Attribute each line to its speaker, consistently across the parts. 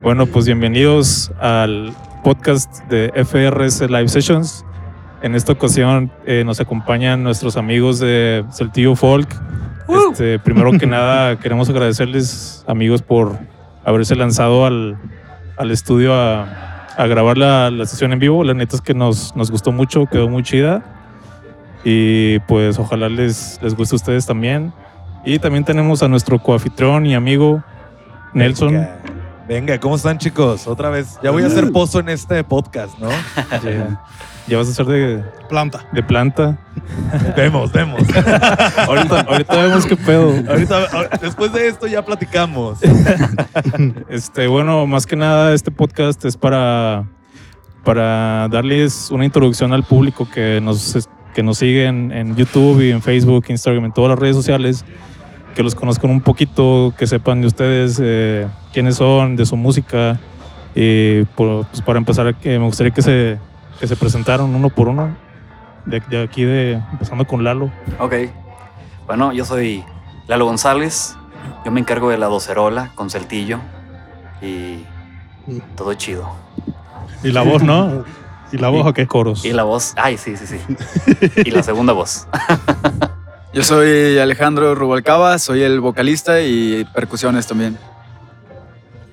Speaker 1: Bueno, pues bienvenidos al podcast de FRS Live Sessions. En esta ocasión eh, nos acompañan nuestros amigos de Celtillo Folk. Este, primero que nada, queremos agradecerles, amigos, por haberse lanzado al, al estudio a, a grabar la, la sesión en vivo. La neta es que nos, nos gustó mucho, quedó muy chida. Y pues ojalá les, les guste a ustedes también. Y también tenemos a nuestro coanfitrión y amigo Nelson.
Speaker 2: Venga. Venga, ¿cómo están chicos? Otra vez. Ya voy a hacer pozo en este podcast, ¿no?
Speaker 1: Ya, ya vas a ser de,
Speaker 3: Planta.
Speaker 1: de planta.
Speaker 2: vemos, vemos.
Speaker 1: Ahorita, ahorita vemos qué pedo.
Speaker 2: Ahorita, ahor- después de esto ya platicamos.
Speaker 1: Este, bueno, más que nada este podcast es para, para darles una introducción al público que nos, que nos sigue en, en YouTube y en Facebook, Instagram, en todas las redes sociales, que los conozcan un poquito, que sepan de ustedes eh, quiénes son, de su música. Y por- pues, para empezar, que me gustaría que se, que se presentaran uno por uno, de, de aquí, de, empezando con Lalo.
Speaker 4: Ok. Bueno, yo soy Lalo González. Yo me encargo de la docerola con Celtillo. Y todo chido.
Speaker 1: Y la voz, ¿no? ¿Y la voz o qué? Coros.
Speaker 4: Y la voz. Ay, sí, sí, sí. Y la segunda voz.
Speaker 5: Yo soy Alejandro Rubalcaba, soy el vocalista y percusiones también.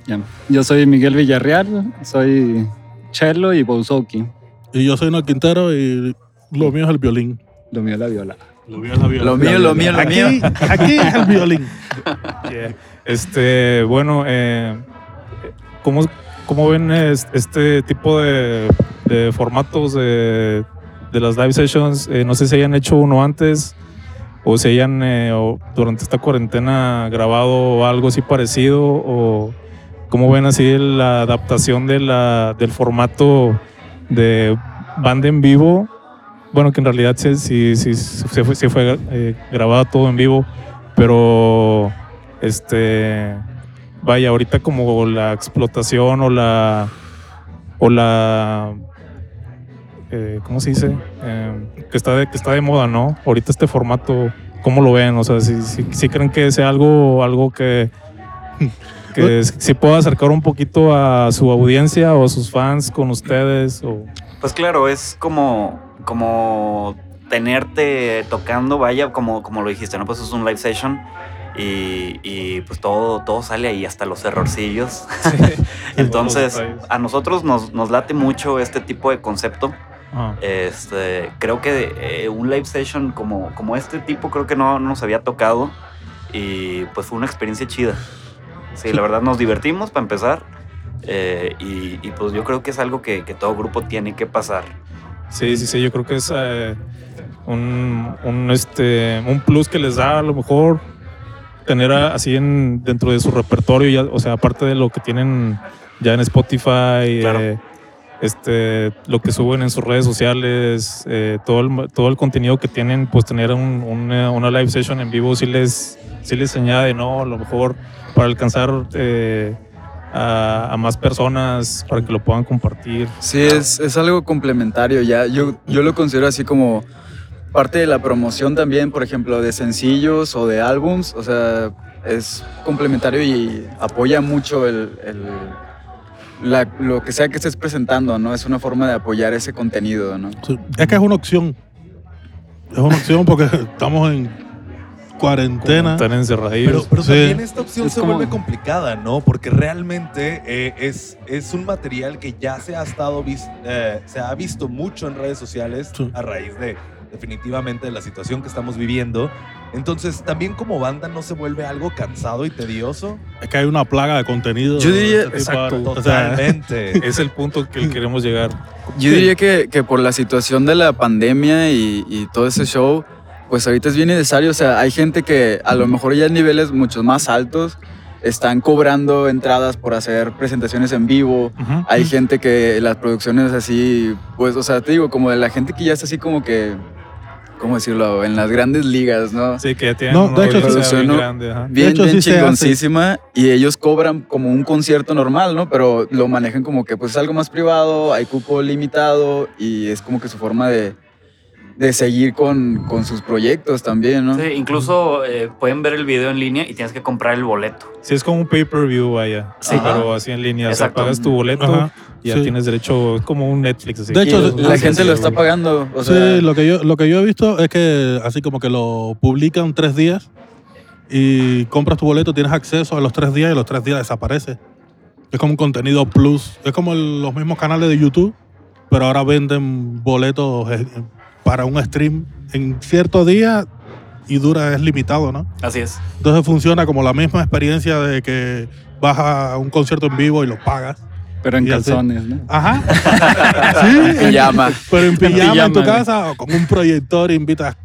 Speaker 6: Ya. Yo soy Miguel Villarreal, soy cello y bouzouki.
Speaker 3: Y yo soy No Quintero y lo mío es el violín.
Speaker 6: Lo mío es la viola.
Speaker 5: Lo mío, lo mío, lo mío.
Speaker 3: Aquí, aquí es el violín.
Speaker 1: Yeah. Este, bueno, eh, ¿cómo, cómo ven es- este tipo de, de formatos de, de las live sessions? Eh, no sé si hayan hecho uno antes o si hayan eh, o durante esta cuarentena grabado algo así parecido o cómo ven así la adaptación de la, del formato de banda en vivo. Bueno, que en realidad sí, sí, sí- sí fue, sí fue, eh, grabado todo en vivo, pero este vaya ahorita como la explotación o la o la eh, cómo se dice Eh, que está de, que está de moda no ahorita este formato cómo lo ven o sea si, si, si creen que sea algo algo que que s- sí pueda acercar un poquito a su audiencia o a sus fans con ustedes o
Speaker 4: Pues claro, es como, como tenerte tocando, vaya, como, como lo dijiste, ¿no? Pues es un live session y, y, pues todo, todo sale ahí, hasta los errorcillos. Entonces, a nosotros nos, nos late mucho este tipo de concepto.
Speaker 1: Ah,
Speaker 4: Este, creo que eh, un live session como, como este tipo creo que no, no nos había tocado y pues fue una experiencia chida. Sí, la verdad nos divertimos para empezar eh, y, y, pues yo creo que es algo que, que todo grupo tiene que pasar.
Speaker 1: sí sí sí yo creo que es eh, un, un, este un plus que les da a lo mejor tener a- así en dentro de su repertorio ya, o sea aparte de lo que tienen ya en Spotify
Speaker 4: Claro.
Speaker 1: eh, este lo que suben en sus redes sociales eh, todo el, ma- todo el contenido que tienen pues tener un- una, una live session en vivo sí les sí les añade no a lo mejor para alcanzar eh, a, a más personas para que lo puedan compartir
Speaker 5: Sí, es, es algo complementario ya. Yo, yo lo considero así como parte de la promoción también, por ejemplo, de sencillos o de álbums. O sea, es complementario y apoya mucho el, el- la- lo que sea que estés presentando, ¿no? Es una forma de apoyar ese contenido, ¿no?
Speaker 3: Sí, Es que es una opción. Es una opción porque estamos en cuarentena.
Speaker 1: están encerradillos
Speaker 2: Pero, pero
Speaker 3: Sí.
Speaker 2: también esta opción
Speaker 6: Es
Speaker 2: se
Speaker 6: como-
Speaker 2: vuelve complicada, ¿no? Porque realmente eh, es, es un material que ya se ha estado vis- eh, se ha visto mucho en redes sociales
Speaker 3: Sí.
Speaker 2: a raíz de definitivamente de la situación que estamos viviendo. Entonces, también como banda no se vuelve algo cansado y tedioso.
Speaker 3: Es que hay una plaga de contenido.
Speaker 5: Yo diría-
Speaker 3: de este tipo ahora.
Speaker 5: exacto.
Speaker 3: O sea,
Speaker 2: Totalmente.
Speaker 1: es el punto que queremos llegar
Speaker 5: Yo diría que, que por la situación de la pandemia y, y todo ese show, pues ahorita es bien necesario. O sea, hay gente que a lo mejor ya en niveles mucho más altos están cobrando entradas por hacer presentaciones en vivo. Hay gente que las producciones así, pues, o sea, te digo, como de la gente que ya está así como que, ¿cómo decirlo? En las grandes ligas, ¿no?
Speaker 1: Sí, que ya tienen
Speaker 3: No,
Speaker 1: una
Speaker 3: de hecho, sí.
Speaker 1: audiencia bien
Speaker 5: Evolucionó.
Speaker 1: grande, ajá.
Speaker 5: Bien,
Speaker 3: hecho,
Speaker 5: bien
Speaker 3: sí se hace.
Speaker 5: chingoncísima y ellos cobran como un concierto normal, ¿no? Pero lo manejan como que pues es algo más privado, hay cupo limitado y es como que su forma de, de seguir con, con sus proyectos también, ¿no?
Speaker 4: Sí, incluso eh, pueden ver el video en línea y tienes que comprar el boleto.
Speaker 1: Sí, es como un pay-per-view, vaya.
Speaker 4: Sí.
Speaker 1: Pero así en línea. O sea,
Speaker 4: Exacto.
Speaker 1: pagas tu boleto
Speaker 3: Ajá,
Speaker 1: y ya
Speaker 3: sí.
Speaker 1: tienes derecho. Es como un Netflix. Así.
Speaker 3: De
Speaker 5: Y
Speaker 3: hecho,
Speaker 1: Ah,
Speaker 5: la
Speaker 1: sí,
Speaker 5: gente
Speaker 1: sí,
Speaker 5: lo
Speaker 1: sí.
Speaker 5: está pagando. O sea,
Speaker 3: sí, lo que, yo, lo que yo he visto es que así como que lo publican tres días y compras tu boleto, tienes acceso a los tres días y los tres días desaparece. Es como un contenido plus. Es como el- los mismos canales de YouTube, pero ahora venden boletos eh, para un stream en cierto día y dura, es limitado, ¿no?
Speaker 4: Así es.
Speaker 3: Entonces funciona como la misma experiencia de que vas a un concierto en vivo y lo pagas.
Speaker 6: Pero en
Speaker 3: Y así.
Speaker 6: calzones, ¿no?
Speaker 3: Ajá. sí, en-
Speaker 5: pijama.
Speaker 3: pero en pijama, en,
Speaker 6: pijama,
Speaker 3: tu
Speaker 6: ¿no?
Speaker 3: casa o con un proyector invitas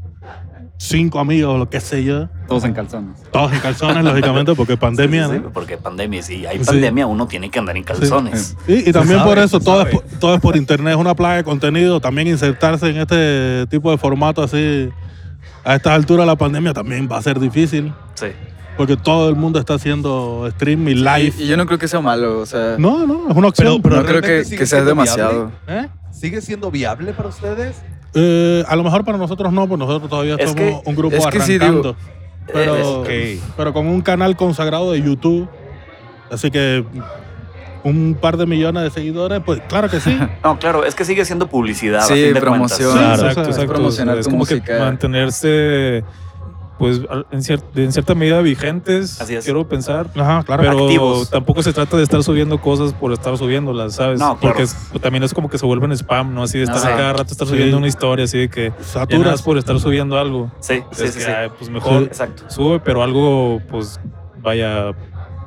Speaker 3: cinco amigos o lo que sé yo.
Speaker 6: Todos en calzones.
Speaker 3: Todos en calzones, lógicamente, porque pandemia,
Speaker 4: Sí, sí,
Speaker 3: ¿no?
Speaker 4: Porque pandemia, si hay
Speaker 3: Sí.
Speaker 4: pandemia, uno tiene que andar en calzones.
Speaker 3: Sí, y también
Speaker 2: sabe,
Speaker 3: por eso
Speaker 2: se
Speaker 3: todo es
Speaker 2: sabe.
Speaker 3: por, todo es por internet, es una plaga de contenido. También insertarse en este tipo de formato así a esta altura de la pandemia también va a ser difícil,
Speaker 4: Sí.
Speaker 3: porque todo el mundo está haciendo stream y
Speaker 5: Y,
Speaker 3: live.
Speaker 5: y yo no creo que sea malo, o sea, no,
Speaker 3: No, no, es una opción.
Speaker 2: Pero
Speaker 5: creo
Speaker 2: realmente
Speaker 5: que,
Speaker 2: sigue
Speaker 5: que sea
Speaker 2: siendo viable.
Speaker 5: demasiado.
Speaker 2: ¿Sigue siendo viable para ustedes?
Speaker 3: Eh, a lo mejor para nosotros no, pues nosotros todavía
Speaker 4: Es
Speaker 3: somos
Speaker 4: que-
Speaker 3: un grupo
Speaker 5: es que sí,
Speaker 3: arrancando. pero,
Speaker 4: Eh,
Speaker 3: pero con un canal consagrado de YouTube. Así que un par de millones de seguidores, pues claro que sí.
Speaker 4: No, claro, es que sigue siendo publicidad. a
Speaker 5: Sí,
Speaker 4: fin de
Speaker 5: promoción.
Speaker 4: cuentas.
Speaker 1: Claro,
Speaker 3: Sí, o sea,
Speaker 1: exacto,
Speaker 3: es
Speaker 1: exacto.
Speaker 5: promocionar
Speaker 1: es
Speaker 5: tu
Speaker 1: como que
Speaker 5: música.
Speaker 1: mantenerse, pues, al- en, cier- en cierta medida vigentes.
Speaker 4: Así es.
Speaker 1: Quiero pensar.
Speaker 3: Ajá, claro.
Speaker 1: Pero
Speaker 4: Activos.
Speaker 1: tampoco se trata de estar subiendo cosas por estar subiéndolas, ¿sabes?
Speaker 4: No, claro.
Speaker 1: Porque es- también es como que se vuelven spam, ¿no? Así de estar
Speaker 4: Sí.
Speaker 1: a cada rato estar
Speaker 3: Sí.
Speaker 1: subiendo una historia, así de que ya nada más
Speaker 3: saturas.
Speaker 1: por estar subiendo algo.
Speaker 4: Sí, sí,
Speaker 1: Es
Speaker 4: sí.
Speaker 1: que,
Speaker 4: sí.
Speaker 1: ay, pues mejor
Speaker 4: Exacto.
Speaker 1: sube, pero algo, pues, vaya,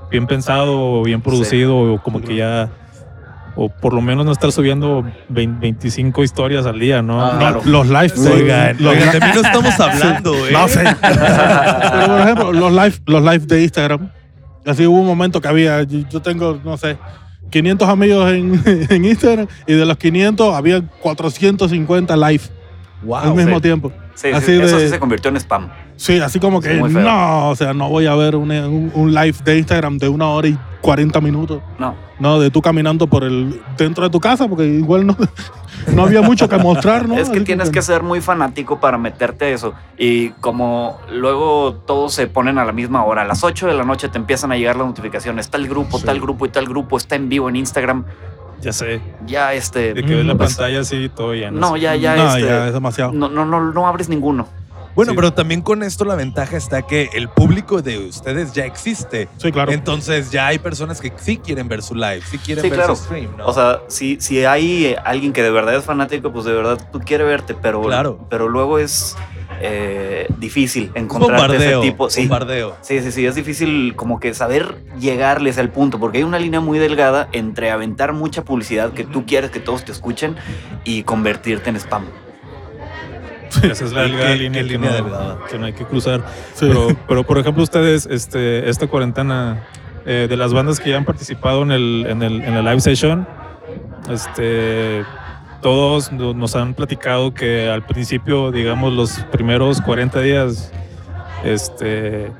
Speaker 1: bien pensado, o bien producido, o como que ya. O por lo menos no estar subiendo 20 25 historias al día, ¿no?
Speaker 5: Ah,
Speaker 1: No,
Speaker 5: claro.
Speaker 3: Los live
Speaker 2: Oigan,
Speaker 3: los
Speaker 2: oigan, de
Speaker 3: li-
Speaker 2: mí no estamos hablando, ¿eh?
Speaker 3: No sé. Pero por ejemplo, los live, los live de Instagram. Así hubo un momento que había, yo yo tengo, no sé, 500 amigos en, en Instagram y de los 500 había 450 live al
Speaker 2: Wow.
Speaker 3: mismo
Speaker 4: sí.
Speaker 3: tiempo.
Speaker 4: Sí, sí,
Speaker 3: Así
Speaker 4: Eso
Speaker 3: de-
Speaker 4: sí se convirtió en spam.
Speaker 3: Sí, así como que
Speaker 4: Sí, muy feo.
Speaker 3: no, o sea, no voy a ver un, un- un live de Instagram de una hora y 40 minutos,
Speaker 4: No.
Speaker 3: ¿no? De tú caminando por el dentro de tu casa, porque igual no, no había mucho que mostrar, ¿no?
Speaker 4: es que
Speaker 3: Así
Speaker 4: tienes que ser muy fanático para meterte a eso. Y como luego todos se ponen a la misma hora, a las 8 de la noche te empiezan a llegar las notificaciones. Tal grupo,
Speaker 3: Sí.
Speaker 4: tal grupo y tal grupo está en vivo en Instagram.
Speaker 1: Ya sé.
Speaker 4: Ya este.
Speaker 1: De que ves la
Speaker 4: pues,
Speaker 1: pantalla así y todo ya
Speaker 4: No,
Speaker 1: sé.
Speaker 4: ya, ya,
Speaker 3: no,
Speaker 4: este,
Speaker 3: ya es demasiado.
Speaker 4: no, no, no, no abres ninguno.
Speaker 2: Bueno,
Speaker 1: Sí.
Speaker 2: pero también con esto la ventaja está que el público de ustedes ya existe.
Speaker 3: Sí, claro.
Speaker 2: Entonces ya hay personas que sí quieren ver su live, sí quieren
Speaker 4: Sí,
Speaker 2: ver
Speaker 4: claro.
Speaker 2: su stream, ¿no?
Speaker 4: O sea, si, si hay eh, alguien que de verdad es fanático, pues de verdad tú quiere verte, pero,
Speaker 2: Claro.
Speaker 4: pero luego es eh, difícil
Speaker 2: Un
Speaker 4: encontrar ese
Speaker 2: bombardeo,
Speaker 4: tipo. Sí,
Speaker 2: bombardeo.
Speaker 4: Sí, sí, sí, es difícil como que saber llegarles al punto, porque hay una línea muy delgada entre aventar mucha publicidad que tú quieres que todos te escuchen y convertirte en spam.
Speaker 1: Esa es la
Speaker 2: ¿Y
Speaker 1: delgada
Speaker 2: qué-
Speaker 1: línea
Speaker 2: qué
Speaker 1: que,
Speaker 2: línea
Speaker 1: no,
Speaker 2: delgada?
Speaker 1: que no hay que cruzar.
Speaker 3: Sí.
Speaker 1: Pero, pero, por ejemplo, ustedes, este, esta cuarentena, eh, de las bandas que ya han participado en, el, en, el- en la live session, este, todos no- nos han platicado que al principio, digamos, los primeros 40 días, este,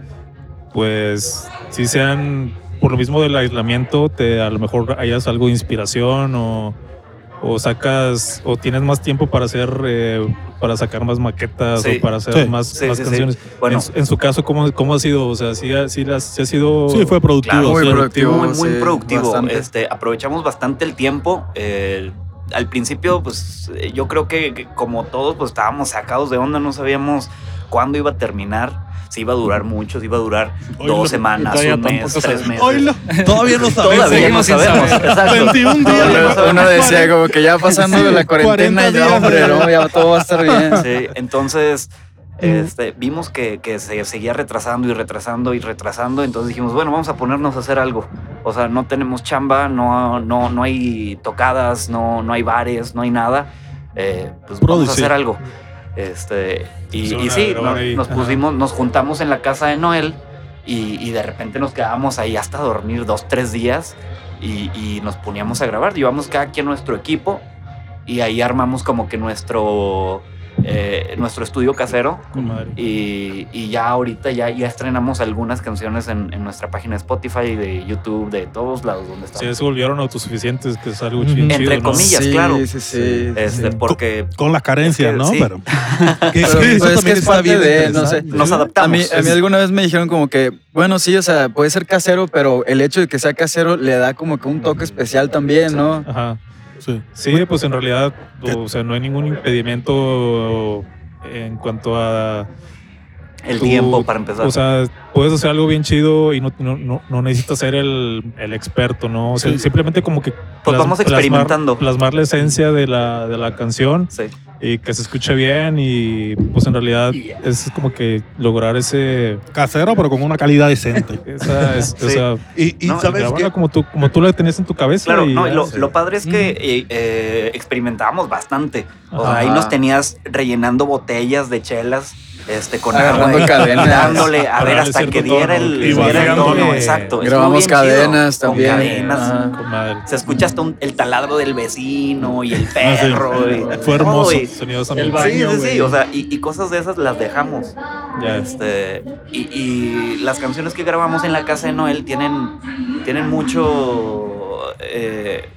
Speaker 1: pues si sean, por lo mismo del aislamiento, te, a lo mejor hayas algo de inspiración o, o sacas o tienes más tiempo para hacer, eh, para sacar más maquetas
Speaker 4: Sí.
Speaker 1: o para hacer
Speaker 3: Sí.
Speaker 1: más,
Speaker 4: Sí,
Speaker 1: más
Speaker 4: sí, sí.
Speaker 1: canciones.
Speaker 4: Bueno,
Speaker 1: En su- en, su caso, ¿cómo, cómo ha sido? O sea, ¿sí ha, sí las- sí ha sido...?
Speaker 3: Sí, fue productivo.
Speaker 4: Claro,
Speaker 5: muy
Speaker 3: sí.
Speaker 5: productivo.
Speaker 4: muy, muy
Speaker 5: sí,
Speaker 4: productivo.
Speaker 5: bastante.
Speaker 4: Este, aprovechamos bastante el tiempo. eh, al principio, pues eh, yo creo que que como todos, pues estábamos sacados de onda, no sabíamos cuándo iba a terminar, si iba a durar mucho, si iba a durar
Speaker 3: Oilo.
Speaker 4: dos semanas,
Speaker 6: Todavía
Speaker 4: un mes,
Speaker 6: tampoco
Speaker 4: tres
Speaker 6: sabemos.
Speaker 4: meses.
Speaker 3: Oilo.
Speaker 2: Todavía no sabemos.
Speaker 4: Todavía no
Speaker 6: Seguimos sin
Speaker 4: sabemos.
Speaker 6: saber.
Speaker 4: exacto.
Speaker 3: 21 días.
Speaker 4: Todavía no
Speaker 5: Uno,
Speaker 4: sabemos.
Speaker 5: uno decía como que ya pasando de la
Speaker 3: Sí,
Speaker 5: cuarentena,
Speaker 3: 40 días.
Speaker 5: ya hombre, no, ya todo va a estar bien.
Speaker 4: Sí, entonces este, vimos que, que se seguía retrasando y retrasando y retrasando. Entonces dijimos, bueno, vamos a ponernos a hacer algo. O sea, no tenemos chamba, no, no, no hay tocadas, no, no hay bares, no hay nada. Eh, pues vamos a
Speaker 3: Producir.
Speaker 4: hacer algo. Este, y,
Speaker 1: Pusieron
Speaker 4: y
Speaker 1: a
Speaker 4: sí,
Speaker 1: grabar
Speaker 4: no-
Speaker 1: ahí.
Speaker 4: nos pusimos, nos juntamos en la casa de Noel y, y de repente nos quedábamos ahí hasta dormir dos, tres días y, y nos poníamos a grabar. Llevamos cada quien nuestro equipo y ahí armamos como que nuestro eh, nuestro estudio casero.
Speaker 1: Con madre.
Speaker 4: Y, y ya ahorita ya, ya estrenamos algunas canciones en, en nuestra página de Spotify, de YouTube, de todos lados donde
Speaker 1: Sí,
Speaker 4: estamos.
Speaker 1: se volvieron autosuficientes, que es algo
Speaker 3: Ujú.
Speaker 1: bien
Speaker 4: Entre
Speaker 1: chido, ¿no?
Speaker 4: comillas, claro.
Speaker 5: Sí, sí, sí.
Speaker 4: Este, porque
Speaker 3: Con las carencias,
Speaker 4: Es que
Speaker 3: ¿no?
Speaker 4: sí.
Speaker 3: Pero
Speaker 2: Que
Speaker 5: Pero,
Speaker 2: eso
Speaker 5: pues, es que
Speaker 2: también
Speaker 5: es
Speaker 2: está
Speaker 5: parte
Speaker 2: bien
Speaker 5: de, no sé.
Speaker 2: interesante.
Speaker 4: nos
Speaker 5: A
Speaker 4: adaptamos.
Speaker 5: mí, a mí alguna vez me dijeron como que, bueno, sí, o sea, puede ser casero, pero el hecho de que sea casero le da como que un toque especial también, ¿no?
Speaker 1: Ajá.
Speaker 3: sí.
Speaker 1: Sí, pues en realidad, o sea, no hay ningún impedimento en cuanto a
Speaker 4: el
Speaker 1: tú-
Speaker 4: tiempo para empezar.
Speaker 1: O sea, puedes hacer algo bien chido y no, no, no, no necesitas ser el, el experto, ¿no? O sea,
Speaker 3: Sí.
Speaker 1: simplemente como que. plas-
Speaker 4: Pues vamos
Speaker 1: plasmar-
Speaker 4: experimentando.
Speaker 1: Plasmar, la esencia de la, de la canción
Speaker 4: sí.
Speaker 1: y que se escuche bien y, pues en realidad,
Speaker 4: Yeah.
Speaker 1: es como que lograr ese.
Speaker 3: Casero, pero con una calidad decente.
Speaker 1: Esa, es-
Speaker 4: Sí.
Speaker 1: o sea,
Speaker 2: Y, y
Speaker 4: No, y
Speaker 2: sabes
Speaker 1: grabarla
Speaker 2: Pues que
Speaker 1: como tú, como tú la tenías en tu cabeza.
Speaker 4: Claro,
Speaker 1: y-
Speaker 4: no, y lo,
Speaker 1: Sí. Mm.
Speaker 4: lo padre es que eh, eh, experimentábamos bastante. O sea,
Speaker 1: Ajá.
Speaker 4: ahí nos tenías rellenando botellas de chelas, este, con
Speaker 5: Agarrando
Speaker 4: agua, y
Speaker 5: cadenas.
Speaker 4: dándole a
Speaker 1: Para
Speaker 4: ver
Speaker 1: darle
Speaker 4: hasta que
Speaker 1: cierto
Speaker 4: diera
Speaker 1: tono.
Speaker 4: el,
Speaker 1: Y
Speaker 4: diera el
Speaker 1: vaciándole.
Speaker 4: tono, exacto. Es
Speaker 5: Grabamos
Speaker 4: muy bien
Speaker 5: cadenas
Speaker 4: chido, con
Speaker 5: también.
Speaker 4: cadenas.
Speaker 5: Ajá.
Speaker 1: ah, Con madre.
Speaker 4: Se escucha hasta un- el taladro del vecino y el
Speaker 1: Ah, sí.
Speaker 4: perro. y-
Speaker 1: Fue hermoso.
Speaker 4: todo, y-
Speaker 1: Sonidos
Speaker 4: el
Speaker 1: ambientales.
Speaker 4: sí, sí, sí,
Speaker 6: güey.
Speaker 4: o sea, y, y cosas de esas las dejamos.
Speaker 1: Ya.
Speaker 4: Este, y, y las canciones que grabamos en la casa de Noel tienen, tienen mucho eh,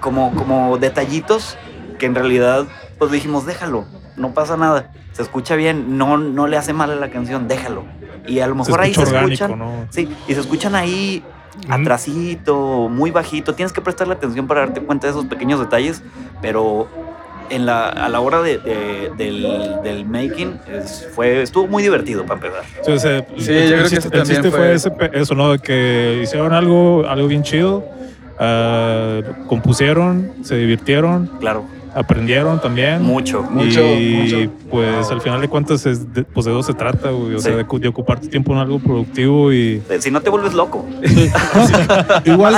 Speaker 4: como, como detallitos que en realidad pues dijimos, déjalo, no pasa nada, se escucha bien, no, no le hace mal a la canción, déjalo. Y a lo
Speaker 1: Se
Speaker 4: mejor ahí
Speaker 1: escucha
Speaker 4: se
Speaker 1: orgánico,
Speaker 4: escuchan,
Speaker 1: ¿no?
Speaker 4: sí, y se escuchan ahí atrasito, muy bajito, tienes que prestarle atención para darte cuenta de esos pequeños detalles, pero en la, a la hora de, de- del, del making es- fue, estuvo muy divertido para empezar.
Speaker 1: Sí, o sea,
Speaker 5: Sí, yo creo que
Speaker 1: chiste-
Speaker 5: eso también
Speaker 1: chiste fue,
Speaker 5: fue-
Speaker 1: ese pe- eso, ¿no? De Que hicieron algo, algo bien chido, ah, compusieron, se divirtieron,
Speaker 4: Claro,
Speaker 1: aprendieron también.
Speaker 4: mucho.
Speaker 5: Mucho,
Speaker 1: y
Speaker 5: mucho.
Speaker 1: pues al final de cuentas, es de, pues de eso se trata, güey. O
Speaker 4: Sí.
Speaker 1: sea, de, cu- de ocupar tu tiempo en algo productivo y.
Speaker 4: Eh, Si no te vuelves loco.
Speaker 3: Igual,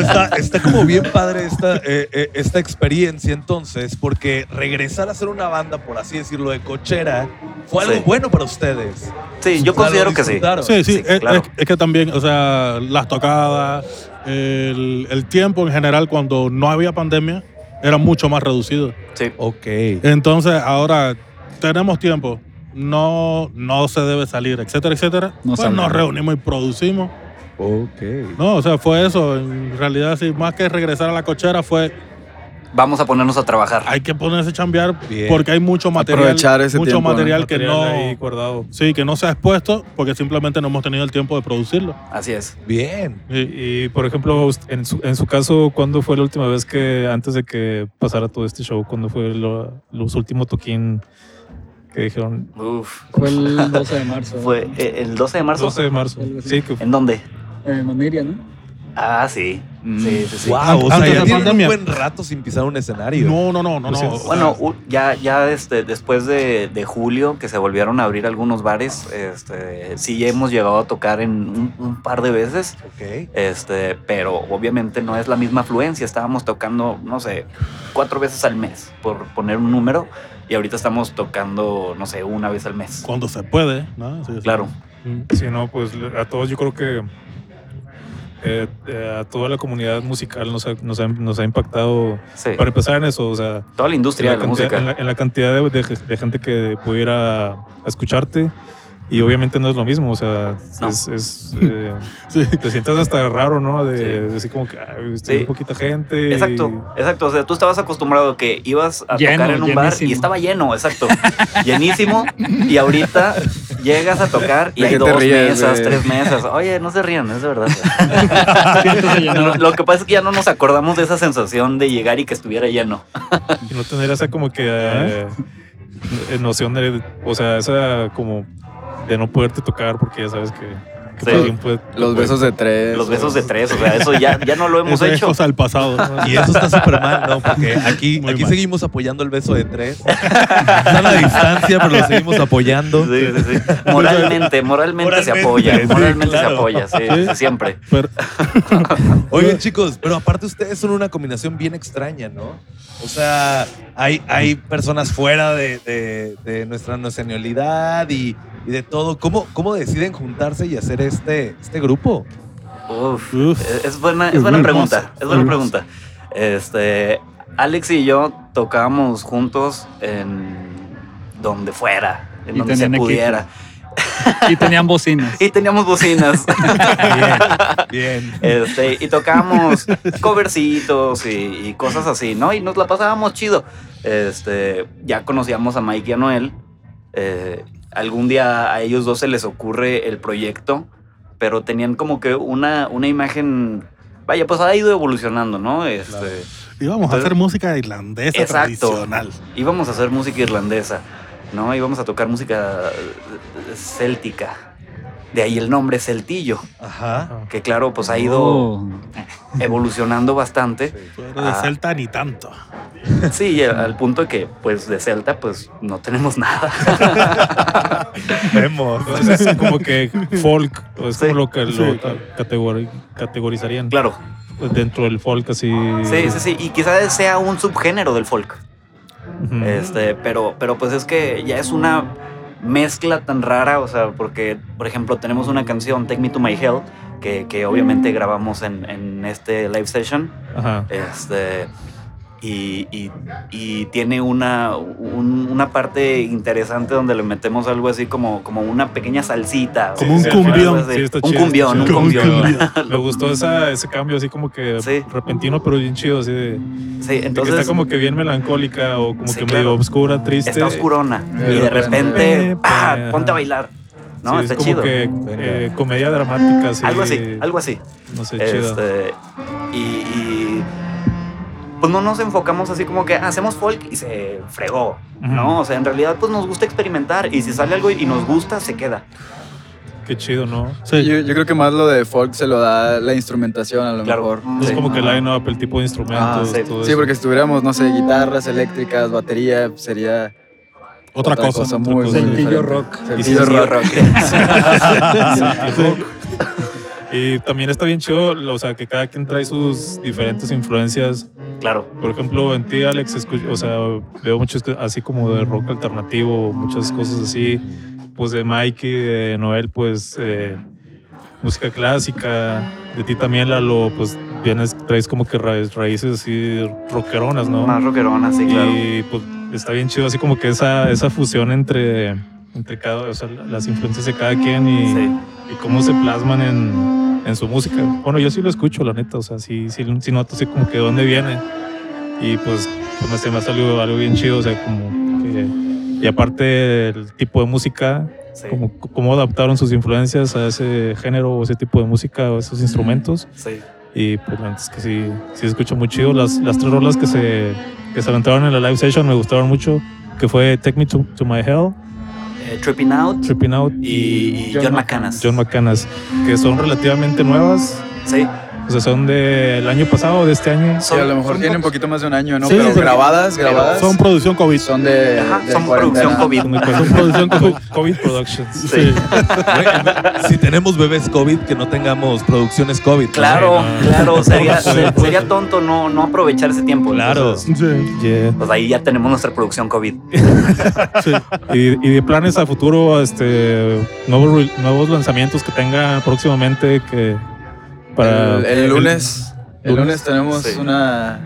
Speaker 2: está, está como bien padre esta, eh, eh, esta experiencia entonces, porque regresar a ser una banda, por así decirlo, de cochera, fue algo
Speaker 4: Sí.
Speaker 2: bueno para ustedes.
Speaker 4: Sí, yo
Speaker 2: O sea, lo
Speaker 4: considero que sí.
Speaker 2: disfrutaron.
Speaker 3: sí, sí,
Speaker 4: Sí,
Speaker 3: es,
Speaker 4: claro.
Speaker 3: es- es que también, o sea, las tocadas, el, el tiempo en general, cuando no había pandemia, era mucho más reducido.
Speaker 4: Sí.
Speaker 2: Ok.
Speaker 3: Entonces, ahora tenemos tiempo, no, no se debe salir, etcétera, etcétera.
Speaker 5: No
Speaker 3: pues nos
Speaker 5: salimos.
Speaker 3: reunimos y producimos.
Speaker 2: Ok.
Speaker 3: No, o sea, fue eso. En realidad, sí, más que regresar a la cochera, fue
Speaker 4: Vamos a ponernos a trabajar.
Speaker 3: hay que ponerse a chambear
Speaker 2: Bien.
Speaker 3: porque hay mucho material.
Speaker 5: Aprovechar ese
Speaker 3: mucho
Speaker 5: tiempo, ¿no?
Speaker 3: material que
Speaker 1: material
Speaker 3: no.
Speaker 1: ahí guardado.
Speaker 3: Sí, que no se ha expuesto porque simplemente no hemos tenido el tiempo de producirlo.
Speaker 4: Así es.
Speaker 2: Bien.
Speaker 3: Sí.
Speaker 1: Y por ejemplo, ust- en su, en su caso, ¿cuándo fue la última vez que, antes de que pasara todo este show, cuándo fue lo, los últimos toquín que dijeron?
Speaker 4: Uf.
Speaker 6: Fue el 12 de marzo.
Speaker 4: Fue eh, el 12 de marzo.
Speaker 1: 12 de marzo.
Speaker 6: Algo así.
Speaker 1: Sí, que
Speaker 4: ¿En dónde?
Speaker 6: En Mamiria, ¿no?
Speaker 4: Ah, sí.
Speaker 5: Mm.
Speaker 4: Sí, sí, sí.
Speaker 2: Wow, o
Speaker 3: Antes
Speaker 2: sea,
Speaker 3: de
Speaker 2: ya
Speaker 3: la
Speaker 2: tienen un
Speaker 3: pandemia.
Speaker 2: buen rato sin pisar un escenario.
Speaker 3: No, no, no, no.
Speaker 1: Pues
Speaker 3: no.
Speaker 1: sí.
Speaker 3: O sea,
Speaker 4: Bueno, u- ya, ya este, después de, de julio que se volvieron a abrir algunos bares, este, sí hemos llegado a tocar en un, un par de veces,
Speaker 2: Ok.
Speaker 4: este, pero obviamente no es la misma afluencia. Estábamos tocando, no sé, cuatro veces al mes, por poner un número, y ahorita estamos tocando, no sé, una vez al mes.
Speaker 3: cuando se puede, ¿no? Sí, sí.
Speaker 4: Claro.
Speaker 3: Mm.
Speaker 1: Sí, no, pues a todos yo creo que eh, eh, a toda la comunidad musical nos ha, nos ha- nos ha impactado
Speaker 4: Sí.
Speaker 1: para empezar en eso, o sea,
Speaker 4: Toda la
Speaker 1: en
Speaker 4: industria
Speaker 1: la,
Speaker 4: de la
Speaker 1: cantidad,
Speaker 4: música.
Speaker 1: en la- en la cantidad de, de- de gente que pudiera escucharte y obviamente no es lo mismo, o sea,
Speaker 4: No.
Speaker 1: es, es, eh,
Speaker 3: Sí.
Speaker 1: te sientes hasta raro, ¿no? De, de así como que ay, está
Speaker 4: Sí.
Speaker 1: bien poquita gente. y-
Speaker 4: Exacto, exacto. O sea, tú estabas acostumbrado que ibas a
Speaker 6: Lleno,
Speaker 4: tocar en un bar
Speaker 6: llenísimo.
Speaker 4: y estaba lleno, exacto. Llenísimo. Y ahorita llegas a tocar y
Speaker 5: ¿De
Speaker 4: hay
Speaker 5: qué te
Speaker 4: dos
Speaker 5: ríes,
Speaker 4: mesas,
Speaker 5: güey?
Speaker 4: tres mesas. Oye, no se rían, es de verdad.
Speaker 6: Siento se llenaba.
Speaker 4: Lo, lo que pasa es que ya no nos acordamos de esa sensación de llegar y que estuviera lleno.
Speaker 1: Y no tener esa como que eh, eh, noción de, o sea, esa como de no poderte tocar porque ya sabes que, que
Speaker 4: Sí.
Speaker 1: por alguien puede-
Speaker 5: Los
Speaker 1: puede-
Speaker 5: besos de tres.
Speaker 4: Los besos de tres, o sea, eso ya, ya no lo hemos
Speaker 3: Eso es
Speaker 4: hecho.
Speaker 3: cosa del pasado.
Speaker 2: Y eso está súper mal, ¿no? Porque aquí,
Speaker 3: Muy
Speaker 2: aquí
Speaker 3: mal.
Speaker 2: seguimos apoyando el beso de tres. Están a distancia, pero lo seguimos apoyando.
Speaker 4: Sí, sí, sí. Moralmente, moralmente, se
Speaker 2: Moralmente,
Speaker 4: apoya,
Speaker 2: sí,
Speaker 4: moralmente
Speaker 2: claro.
Speaker 4: se apoya, sí,
Speaker 3: Sí.
Speaker 4: sí, siempre.
Speaker 3: Pero-
Speaker 2: Oigan, chicos, pero aparte ustedes son una combinación bien extraña, ¿no? O sea, hay, hay personas fuera de, de- de nuestra nacionalidad y, y de todo. ¿Cómo, ¿Cómo deciden juntarse y hacer este, este grupo?
Speaker 4: Uf,
Speaker 3: Uf.
Speaker 4: es- es buena, es
Speaker 3: Es
Speaker 4: buena
Speaker 3: muy
Speaker 4: pregunta.
Speaker 3: hermoso,
Speaker 4: Es buena
Speaker 3: muy
Speaker 4: pregunta. Este, Alex y yo tocábamos juntos en donde fuera, en
Speaker 6: Y
Speaker 4: donde se
Speaker 6: tenían equipo.
Speaker 4: pudiera.
Speaker 6: Y tenían bocinas.
Speaker 4: Y teníamos bocinas.
Speaker 2: Bien.
Speaker 4: Este, y tocábamos covercitos y, y cosas así, ¿no? Y nos la pasábamos chido. Este, ya conocíamos a Mike y a Noel. Eh, algún día a ellos dos se les ocurre el proyecto, pero tenían como que una, una imagen. Vaya, pues ha ido evolucionando, ¿no? Este,
Speaker 3: Íbamos a hacer música irlandesa
Speaker 4: Exacto.
Speaker 3: tradicional.
Speaker 4: Íbamos a hacer música irlandesa, ¿no? Íbamos a tocar música eh, céltica. De ahí el nombre Celtillo,
Speaker 2: Ajá.
Speaker 4: que claro, pues ha ido
Speaker 6: Oh.
Speaker 4: evolucionando bastante.
Speaker 3: Pero de
Speaker 4: Ah.
Speaker 3: Celta ni tanto.
Speaker 4: Sí, y al punto de que, pues, de Celta, pues, no tenemos nada.
Speaker 2: Vemos.
Speaker 1: Entonces, es como que folk, es
Speaker 4: Sí.
Speaker 1: como lo que lo
Speaker 3: Sí.
Speaker 1: ca- categori- categorizarían
Speaker 4: Claro.
Speaker 1: dentro del folk, así.
Speaker 4: Sí, sí, sí. Y quizás sea un subgénero del folk.
Speaker 1: Ujú.
Speaker 4: Este, pero, pero pues es que ya es una mezcla tan rara, o sea, porque, por ejemplo, tenemos una canción, Take Me to My Hell, que, que obviamente grabamos en, en este live session.
Speaker 1: Ajá.
Speaker 4: Este. Y, y- y tiene una, un- una parte interesante donde le metemos algo así como, como una pequeña salsita.
Speaker 1: Como
Speaker 3: un
Speaker 4: sea,
Speaker 3: cumbión.
Speaker 4: algo así.
Speaker 1: Sí, está
Speaker 4: un
Speaker 1: chido,
Speaker 4: cumbión,
Speaker 1: está
Speaker 4: un
Speaker 1: chido.
Speaker 4: cumbión.
Speaker 1: Me gustó esa, ese cambio así como que
Speaker 4: Sí.
Speaker 1: repentino, pero bien chido, así de, de
Speaker 4: Sí,
Speaker 1: que
Speaker 4: entonces
Speaker 1: está como este que bien melancólica o como
Speaker 4: Sí,
Speaker 1: que
Speaker 4: claro.
Speaker 1: medio oscura, triste.
Speaker 4: está oscurona.
Speaker 5: de
Speaker 4: Y de
Speaker 5: repente,
Speaker 4: repente, ¡pa!
Speaker 1: ajá.
Speaker 4: ponte a bailar. No,
Speaker 1: Sí,
Speaker 4: está
Speaker 1: es como
Speaker 4: chido.
Speaker 1: que eh, comedia dramática, así.
Speaker 4: Algo así, algo así.
Speaker 1: No sé, chido.
Speaker 4: Este, y, y, pues no nos enfocamos así como que ah, hacemos folk y se fregó, ¿no? O sea, en realidad pues nos gusta experimentar y si sale algo y nos gusta, se queda.
Speaker 1: Qué chido, ¿no?
Speaker 3: Sí.
Speaker 5: Yo, yo creo que más lo de folk se lo da la instrumentación a lo
Speaker 4: Claro.
Speaker 5: mejor.
Speaker 1: No es
Speaker 4: Sí.
Speaker 1: como que line up el tipo de instrumentos.
Speaker 4: Ah, sí.
Speaker 1: todo
Speaker 5: Sí,
Speaker 1: eso.
Speaker 5: porque si tuviéramos, no sé, guitarras eléctricas, batería, sería
Speaker 3: Otra, cosa.
Speaker 5: muy, muy
Speaker 1: cosa.
Speaker 5: diferente.
Speaker 7: Sencillo rock.
Speaker 5: Sencillo
Speaker 4: Sí,
Speaker 5: rock.
Speaker 1: Y también está bien chido, lo- o sea, que cada quien trae sus diferentes influencias.
Speaker 4: Claro.
Speaker 1: Por ejemplo, en ti, Alex, escu- o sea, veo muchos que- así como de rock alternativo, muchas cosas así. Pues de Mikey, de Noel, pues eh, música clásica. De ti también, Lalo, pues vienes, traes como que ra- raíces así rockeronas, ¿no?
Speaker 4: Más rockerona, sí, claro.
Speaker 1: Y pues está bien chido, así como que esa, esa fusión entre, entre cada, o sea, las influencias de cada quien y,
Speaker 4: Sí.
Speaker 1: y cómo se plasman en, en su música. Bueno, yo sí lo escucho, la neta, o sea, sí, sí, sí noto así como que de dónde viene. Y pues, pues, no sé, me ha salido algo bien chido, o sea, como que- Y aparte el tipo de música,
Speaker 4: Sí,
Speaker 1: como, cómo adaptaron sus influencias a ese género o ese tipo de música o esos instrumentos.
Speaker 4: sí.
Speaker 1: Y pues antes que sí, sí escucho muy chido. Las, las tres rolas que se, que se aventaron en la live session me gustaron mucho, que fue Take Me to, to My Hell,
Speaker 4: Eh, Tripping Out
Speaker 1: Tripping Out
Speaker 4: y, y John,
Speaker 7: John
Speaker 4: McCannas.
Speaker 1: John McCannas, que son relativamente nuevas,
Speaker 4: Sí,
Speaker 1: o sea, son del año pasado, de este año.
Speaker 5: Sí, a lo
Speaker 4: son,
Speaker 5: mejor tiene un poquito más de un año, ¿no?
Speaker 3: Sí,
Speaker 5: pero
Speaker 3: sí.
Speaker 5: grabadas, grabadas.
Speaker 3: Son producción COVID.
Speaker 5: son de,
Speaker 4: ajá,
Speaker 5: de
Speaker 4: son
Speaker 5: cuarentena.
Speaker 4: producción COVID.
Speaker 1: Son producción COVID, Productions.
Speaker 4: Sí.
Speaker 2: si tenemos bebés COVID, que no tengamos producciones COVID.
Speaker 4: Claro,
Speaker 1: Sí, no.
Speaker 4: claro. Sería,
Speaker 1: Sí, pues. sí.
Speaker 4: sería tonto no, no aprovechar ese tiempo.
Speaker 2: Claro.
Speaker 4: entonces,
Speaker 1: Yeah.
Speaker 4: pues ahí ya tenemos nuestra producción COVID.
Speaker 1: Eh, Y, y de planes a futuro, este, nuevos, re- nuevos lanzamientos que tenga próximamente que para
Speaker 5: el, el lunes. El lunes tenemos
Speaker 4: Sí.
Speaker 5: una.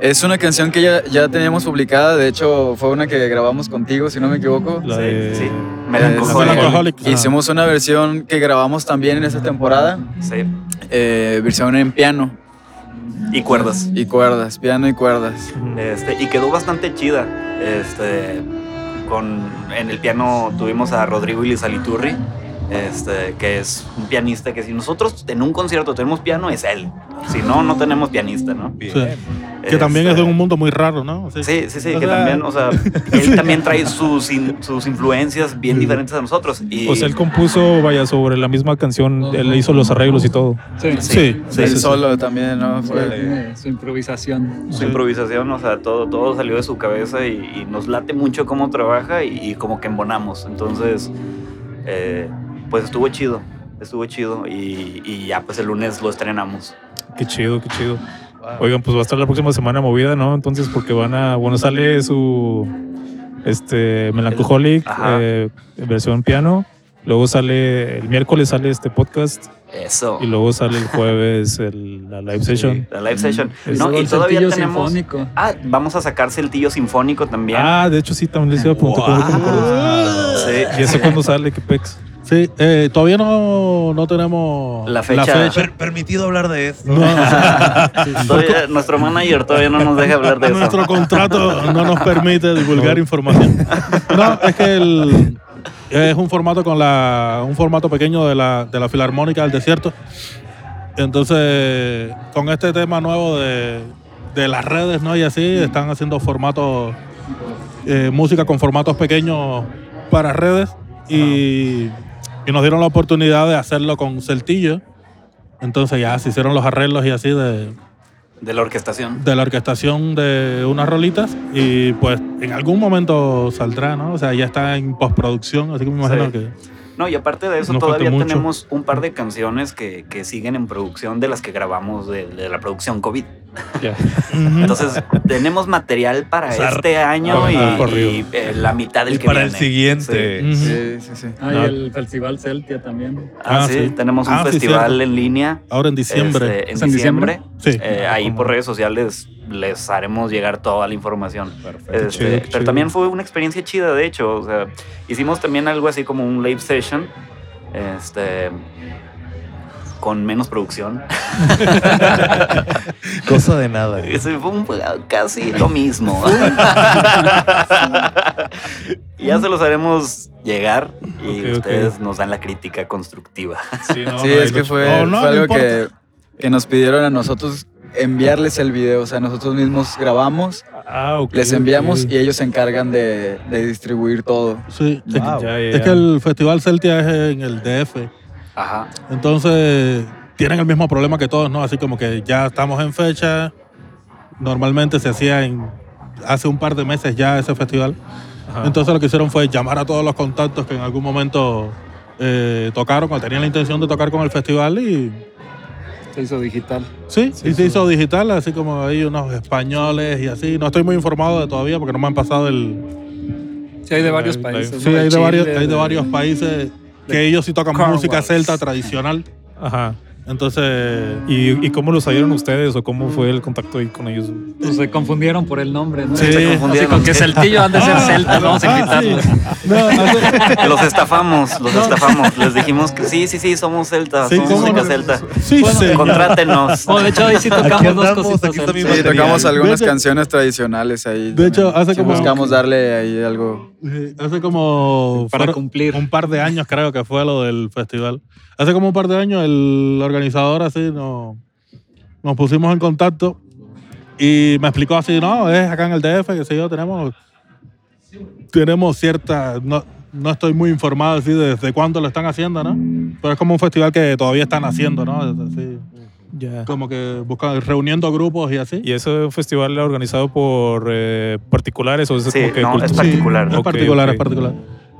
Speaker 5: Es una canción que ya, ya teníamos publicada. De hecho, fue una que grabamos contigo, si no me equivoco.
Speaker 1: la
Speaker 4: Sí,
Speaker 1: de-
Speaker 4: sí.
Speaker 5: Melancoholic.
Speaker 4: Melancoholic.
Speaker 1: Melancoholic.
Speaker 5: Hicimos una versión que grabamos también en esta temporada.
Speaker 4: Sí.
Speaker 5: eh, versión en piano
Speaker 4: Y cuerdas.
Speaker 5: y cuerdas. Piano y cuerdas.
Speaker 1: Ajá.
Speaker 4: Este, y quedó bastante chida. Este, con, en el piano tuvimos a Rodrigo Ilizaliturri, este, que es un pianista que si nosotros en un concierto tenemos piano, es él. Si no, no tenemos pianista, ¿no? Este,
Speaker 3: Sí. Que también es de un mundo muy raro, ¿no? Sí.
Speaker 4: Sí, sí, sí,
Speaker 3: O
Speaker 4: que
Speaker 3: sea-
Speaker 4: también, o sea, él también trae sus, in- sus influencias bien diferentes a nosotros. Y,
Speaker 1: O sea, Pues él compuso, vaya, sobre la misma canción, él hizo los arreglos y todo.
Speaker 6: Sí.
Speaker 4: sí, sí,
Speaker 5: el
Speaker 4: sí,
Speaker 5: solo también, ¿no? Fue-
Speaker 6: Eh, Su improvisación.
Speaker 4: su improvisación, o sea, todo, todo salió de su cabeza y, y nos late mucho cómo trabaja y, y como que embonamos. Entonces, eh, pues estuvo chido, estuvo chido y, y ya pues el lunes lo estrenamos.
Speaker 1: Qué chido, qué chido. Oigan, pues va a estar la próxima semana movida, ¿no? Entonces, porque van a, bueno, sale su, este, Melancoholic,
Speaker 4: Ajá.
Speaker 1: eh, versión piano, Luego sale, el miércoles sale este podcast
Speaker 4: Eso.
Speaker 1: y luego sale el jueves el- la live session.
Speaker 4: La live session.
Speaker 1: Es
Speaker 4: No,
Speaker 6: Luego
Speaker 4: y
Speaker 6: el
Speaker 4: todavía
Speaker 6: Saltillo
Speaker 4: tenemos.
Speaker 6: Sinfónico.
Speaker 4: Ah, vamos a sacar Celtillo Sinfónico también.
Speaker 1: Ah, de hecho sí, también les iba a preguntar. ¿cómo- cómo-
Speaker 2: Wow.
Speaker 4: Sí.
Speaker 1: ¿Y eso cuándo sale? ¿Qué pex?
Speaker 3: Sí, eh, todavía no, no tenemos
Speaker 4: La fecha.
Speaker 2: Per- permitido hablar de esto.
Speaker 3: No,
Speaker 4: Todavía- nuestro manager todavía no nos deja hablar de eso.
Speaker 3: nuestro contrato no nos permite divulgar información. No, es que el- es un formato con la un formato pequeño de la, de la Filarmónica del Desierto. Entonces, con este tema nuevo de, de las redes, ¿no? Y así, están haciendo formatos, eh, música con formatos pequeños para redes. Y, y nos dieron la oportunidad de hacerlo con Celtillo. Entonces ya se hicieron los arreglos y así de,
Speaker 4: De la orquestación.
Speaker 3: de la orquestación de unas rolitas y pues en algún momento saldrá, ¿no? O sea, ya está en postproducción, así que me imagino
Speaker 4: Sí.
Speaker 3: que...
Speaker 4: No, y aparte de eso,
Speaker 3: No falta
Speaker 4: todavía
Speaker 3: mucho.
Speaker 4: tenemos un par de canciones que, que siguen en producción de las que grabamos de, de la producción COVID.
Speaker 1: Ya.
Speaker 4: Entonces, tenemos material para
Speaker 2: O sea,
Speaker 4: este año y,
Speaker 1: ah, corrido.
Speaker 4: y, eh, la mitad del
Speaker 2: Y
Speaker 4: que
Speaker 2: para el
Speaker 4: viene.
Speaker 2: siguiente.
Speaker 4: Sí.
Speaker 3: Ujú.
Speaker 5: Sí, sí, sí.
Speaker 6: Ah,
Speaker 1: No.
Speaker 6: y el Festival Celtia también.
Speaker 4: Ah,
Speaker 3: Ah,
Speaker 4: sí,
Speaker 3: sí.
Speaker 4: tenemos un
Speaker 3: Ah, sí,
Speaker 4: festival
Speaker 3: cierto.
Speaker 4: en línea.
Speaker 3: Ahora en diciembre.
Speaker 4: este, en
Speaker 6: ¿Es en
Speaker 4: diciembre.
Speaker 6: diciembre?
Speaker 3: sí.
Speaker 4: Eh, ahí por redes sociales les haremos llegar toda la información. Este,
Speaker 1: chido, qué
Speaker 4: pero
Speaker 1: chido.
Speaker 4: también fue una experiencia chida, de hecho. O sea, hicimos también algo así como un live session. Este. Con menos producción.
Speaker 2: Cosa de nada.
Speaker 4: Ese fue un- casi lo mismo. Y ya se los haremos llegar y
Speaker 1: Ok, ok.
Speaker 4: ustedes nos dan la crítica constructiva.
Speaker 1: Sí, no,
Speaker 5: Sí,
Speaker 1: no,
Speaker 5: es que fue,
Speaker 3: Oh, no,
Speaker 5: fue
Speaker 3: no
Speaker 5: algo que, que nos pidieron a nosotros enviarles el video. O sea, nosotros mismos grabamos,
Speaker 1: Ah, ok,
Speaker 5: les enviamos
Speaker 1: ok.
Speaker 5: y ellos se encargan de, de distribuir todo.
Speaker 3: Sí. Es,
Speaker 1: Ya, ya,
Speaker 3: es
Speaker 1: ya.
Speaker 3: que el Festival Celtia es en el DF.
Speaker 4: Ajá.
Speaker 3: Entonces, tienen el mismo problema que todos, ¿no? Así como que ya estamos en fecha. Normalmente se hacía en, hace un par de meses ya ese festival.
Speaker 1: Ajá.
Speaker 3: Entonces lo que hicieron fue llamar a todos los contactos que en algún momento eh, tocaron o tenían la intención de tocar con el festival y
Speaker 6: Se hizo digital.
Speaker 3: sí,
Speaker 1: Sí,
Speaker 3: y se
Speaker 1: sí.
Speaker 3: hizo digital, así como hay unos españoles y así. No estoy muy informado de todavía porque no me han pasado el...
Speaker 6: Sí, hay de varios
Speaker 1: Hay-
Speaker 6: países.
Speaker 3: Sí,
Speaker 6: ¿no?
Speaker 3: hay de,
Speaker 6: Chile,
Speaker 3: varios, hay de varios países que ellos sí tocan
Speaker 6: Car
Speaker 3: música
Speaker 6: Wars.
Speaker 3: celta tradicional.
Speaker 1: Ajá.
Speaker 3: Entonces...
Speaker 1: ¿Y, y cómo los hallaron ustedes o cómo fue el contacto ahí con ellos?
Speaker 6: Pues se confundieron por el nombre, ¿no?
Speaker 3: Sí.
Speaker 6: Se
Speaker 4: confundieron.
Speaker 6: Así con que Celtillo han de ser
Speaker 3: Ah,
Speaker 6: celtas, vamos a
Speaker 3: ah, sí.
Speaker 6: quitarlo.
Speaker 3: No, hace-
Speaker 4: Los estafamos, los estafamos. Les dijimos que sí, sí, sí, somos celtas,
Speaker 3: Sí,
Speaker 4: somos
Speaker 3: ¿cómo
Speaker 4: música
Speaker 3: no?
Speaker 4: celta.
Speaker 3: sí,
Speaker 6: Bueno,
Speaker 3: señor.
Speaker 4: Contrátenos.
Speaker 6: Bueno, de hecho, ahí sí
Speaker 2: Aquí
Speaker 6: tocamos dos
Speaker 2: andamos,
Speaker 6: cositas.
Speaker 2: aquí está mi
Speaker 6: celtas.
Speaker 5: Sí,
Speaker 2: material.
Speaker 5: tocamos algunas
Speaker 3: De hecho-
Speaker 5: canciones tradicionales ahí.
Speaker 3: de hecho,
Speaker 5: también.
Speaker 3: hace
Speaker 5: Sí,
Speaker 3: como-
Speaker 5: Buscamos darle ahí algo.
Speaker 3: Eh, Hace como...
Speaker 6: Para
Speaker 3: fueron-
Speaker 6: cumplir.
Speaker 3: un par de años creo que fue lo del festival. Hace como un par de años el organizador así nos, nos pusimos en contacto y me explicó así, no, es acá en el DF, que sé yo, tenemos, tenemos cierta, no, no estoy muy informado así de desde cuándo lo están haciendo, ¿no? Pero es como un festival que todavía están haciendo, ¿no? Es así,
Speaker 1: Ya.
Speaker 3: como que buscan, reuniendo grupos y así.
Speaker 1: ¿Y ese festival organizado por eh, particulares o es
Speaker 4: Sí,
Speaker 1: como que
Speaker 4: no,
Speaker 1: cultu-
Speaker 4: es particular.
Speaker 3: es
Speaker 1: Ok,
Speaker 3: particular,
Speaker 1: ok.
Speaker 3: es particular.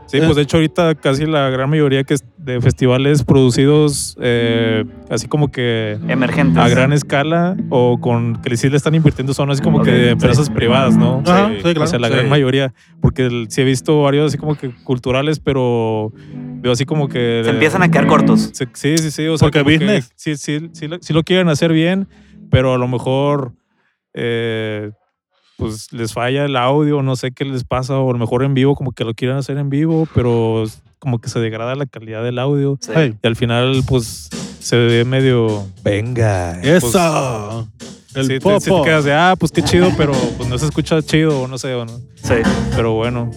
Speaker 1: Sí, pues de hecho ahorita casi la gran mayoría que es- de festivales producidos eh, así como que
Speaker 4: Emergentes.
Speaker 1: a gran escala o con que sí le están invirtiendo son así como que de empresas privadas, ¿no?
Speaker 3: Ajá, sí, claro,
Speaker 1: O sea, la
Speaker 3: sí.
Speaker 1: gran mayoría, porque el- sí he visto varios así como que culturales, pero veo así como que...
Speaker 4: Se empiezan a quedar cortos.
Speaker 1: Se- Sí, sí, sí. O sea,
Speaker 3: Porque
Speaker 1: como que
Speaker 3: business.
Speaker 1: sí, sí, sí, lo- sí lo quieren hacer bien, pero a lo mejor eh, pues les falla el audio, no sé qué les pasa, o a lo mejor en vivo, como que lo quieren hacer en vivo, pero s- como que se degrada la calidad del audio.
Speaker 4: Sí.
Speaker 3: Hey,
Speaker 1: Y al final, pues se ve medio.
Speaker 2: Venga.
Speaker 3: ¡Eso! el
Speaker 1: Pues, sí, te,
Speaker 3: popo.
Speaker 1: sí te quedas de, ah, pues qué chido, pero pues no se escucha chido, o no sé, o no.
Speaker 4: Sí.
Speaker 1: Pero bueno.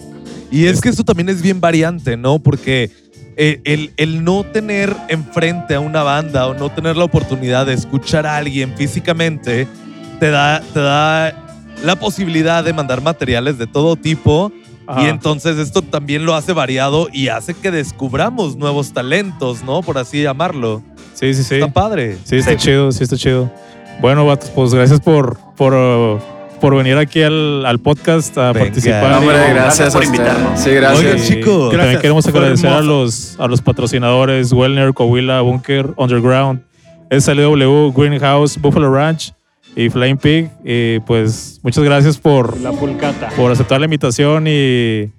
Speaker 2: Y es que esto también es bien variante, ¿no? Porque eh, el, el no tener enfrente a una banda o no tener la oportunidad de escuchar a alguien físicamente te da, te da la posibilidad de mandar materiales de todo tipo. Y
Speaker 1: ajá.
Speaker 2: entonces esto también lo hace variado y hace que descubramos nuevos talentos, ¿no? Por así llamarlo.
Speaker 1: sí, sí, sí.
Speaker 2: Está padre.
Speaker 1: Sí, está
Speaker 4: Sí.
Speaker 1: chido, sí, está chido. Bueno, vatos, pues gracias por, por, uh, por venir aquí al, al podcast a
Speaker 2: Venga.
Speaker 1: participar.
Speaker 5: No, hombre,
Speaker 1: Y-
Speaker 5: gracias,
Speaker 4: gracias por
Speaker 5: a ustedes.
Speaker 4: invitarnos.
Speaker 5: Sí, gracias.
Speaker 2: Oigan,
Speaker 1: y
Speaker 2: chicos.
Speaker 1: que También
Speaker 3: Gracias,
Speaker 1: queremos
Speaker 3: fue
Speaker 1: agradecer a
Speaker 3: hermoso.
Speaker 1: los, a los patrocinadores Wellner, Coahuila, Bunker, Underground, SLW, Greenhouse, Buffalo Ranch y Flying Pig. Y pues muchas gracias por,
Speaker 6: La pulcata.
Speaker 1: por aceptar la invitación y,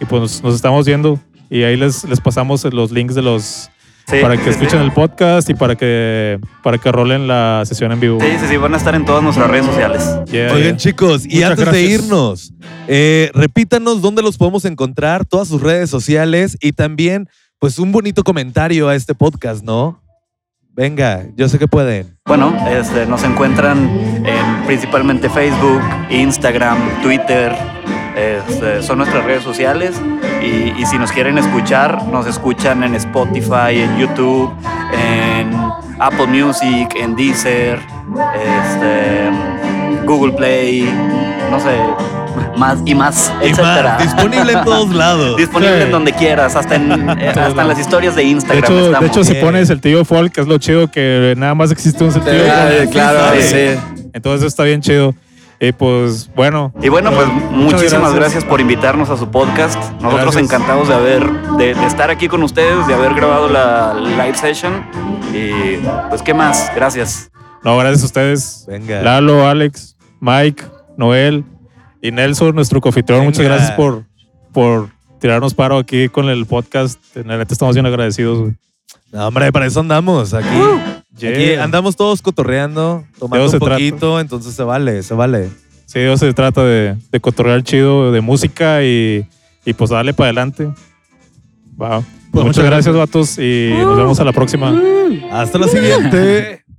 Speaker 1: y pues nos estamos viendo. Y ahí les, les pasamos los links de los
Speaker 4: Sí,
Speaker 1: para que
Speaker 4: sí, sí.
Speaker 1: escuchen el podcast y para que para que rolen la sesión en vivo.
Speaker 4: Sí, sí, sí, van a estar en todas nuestras redes sociales.
Speaker 1: Yeah,
Speaker 2: Oigan,
Speaker 1: yeah.
Speaker 2: chicos, y
Speaker 3: Muchas
Speaker 2: antes de
Speaker 3: gracias.
Speaker 2: irnos, eh, repítanos dónde los podemos encontrar, todas sus redes sociales y también, pues, un bonito comentario a este podcast, ¿no? Venga, yo sé que pueden.
Speaker 4: Bueno, este, nos encuentran en principalmente Facebook, Instagram, Twitter. este, son nuestras redes sociales y, y si nos quieren escuchar, nos escuchan en Spotify, en YouTube, en Apple Music, en Deezer, este, Google Play, no sé, más y más,
Speaker 2: Y
Speaker 4: etcétera.
Speaker 2: más, disponible en todos lados.
Speaker 4: Disponible
Speaker 1: Sí.
Speaker 4: en donde quieras, hasta en, eh, hasta en las historias de
Speaker 1: De
Speaker 4: Instagram.
Speaker 1: hecho, de
Speaker 4: estamos.
Speaker 1: hecho, si
Speaker 2: Eh.
Speaker 1: pones el tío folk, es lo chido que nada más existe un tío
Speaker 5: Ah,
Speaker 1: folk.
Speaker 5: claro,
Speaker 4: Sí,
Speaker 5: sí.
Speaker 1: Entonces está bien chido. Y pues bueno,
Speaker 4: Y bueno, pues
Speaker 1: Muchas
Speaker 4: muchísimas
Speaker 1: gracias.
Speaker 4: gracias. por invitarnos a su podcast. Nosotros
Speaker 1: Gracias.
Speaker 4: encantados de haber, de, de estar aquí con ustedes, de haber grabado la live session. Y pues, ¿qué más? Gracias.
Speaker 1: no, gracias a ustedes.
Speaker 2: Venga.
Speaker 1: Lalo, Alex, Mike, Noel y Nelson, nuestro cofitrón. Muchas
Speaker 2: Venga.
Speaker 1: gracias por, por tirarnos paro aquí con el podcast. La neta estamos bien agradecidos. güey.
Speaker 2: No, hombre, para eso andamos aquí. Aquí
Speaker 1: Yeah.
Speaker 2: andamos todos cotorreando,
Speaker 1: De
Speaker 2: tomando
Speaker 1: eso
Speaker 2: un
Speaker 1: se trata.
Speaker 2: poquito, entonces se vale, se vale.
Speaker 1: Sí, de eso se trata de, de cotorrear chido, de música y, y pues darle para adelante. Va. Pues muchas
Speaker 3: muchas
Speaker 1: gracias, vatos, y nos vemos a la próxima.
Speaker 2: Hasta la siguiente.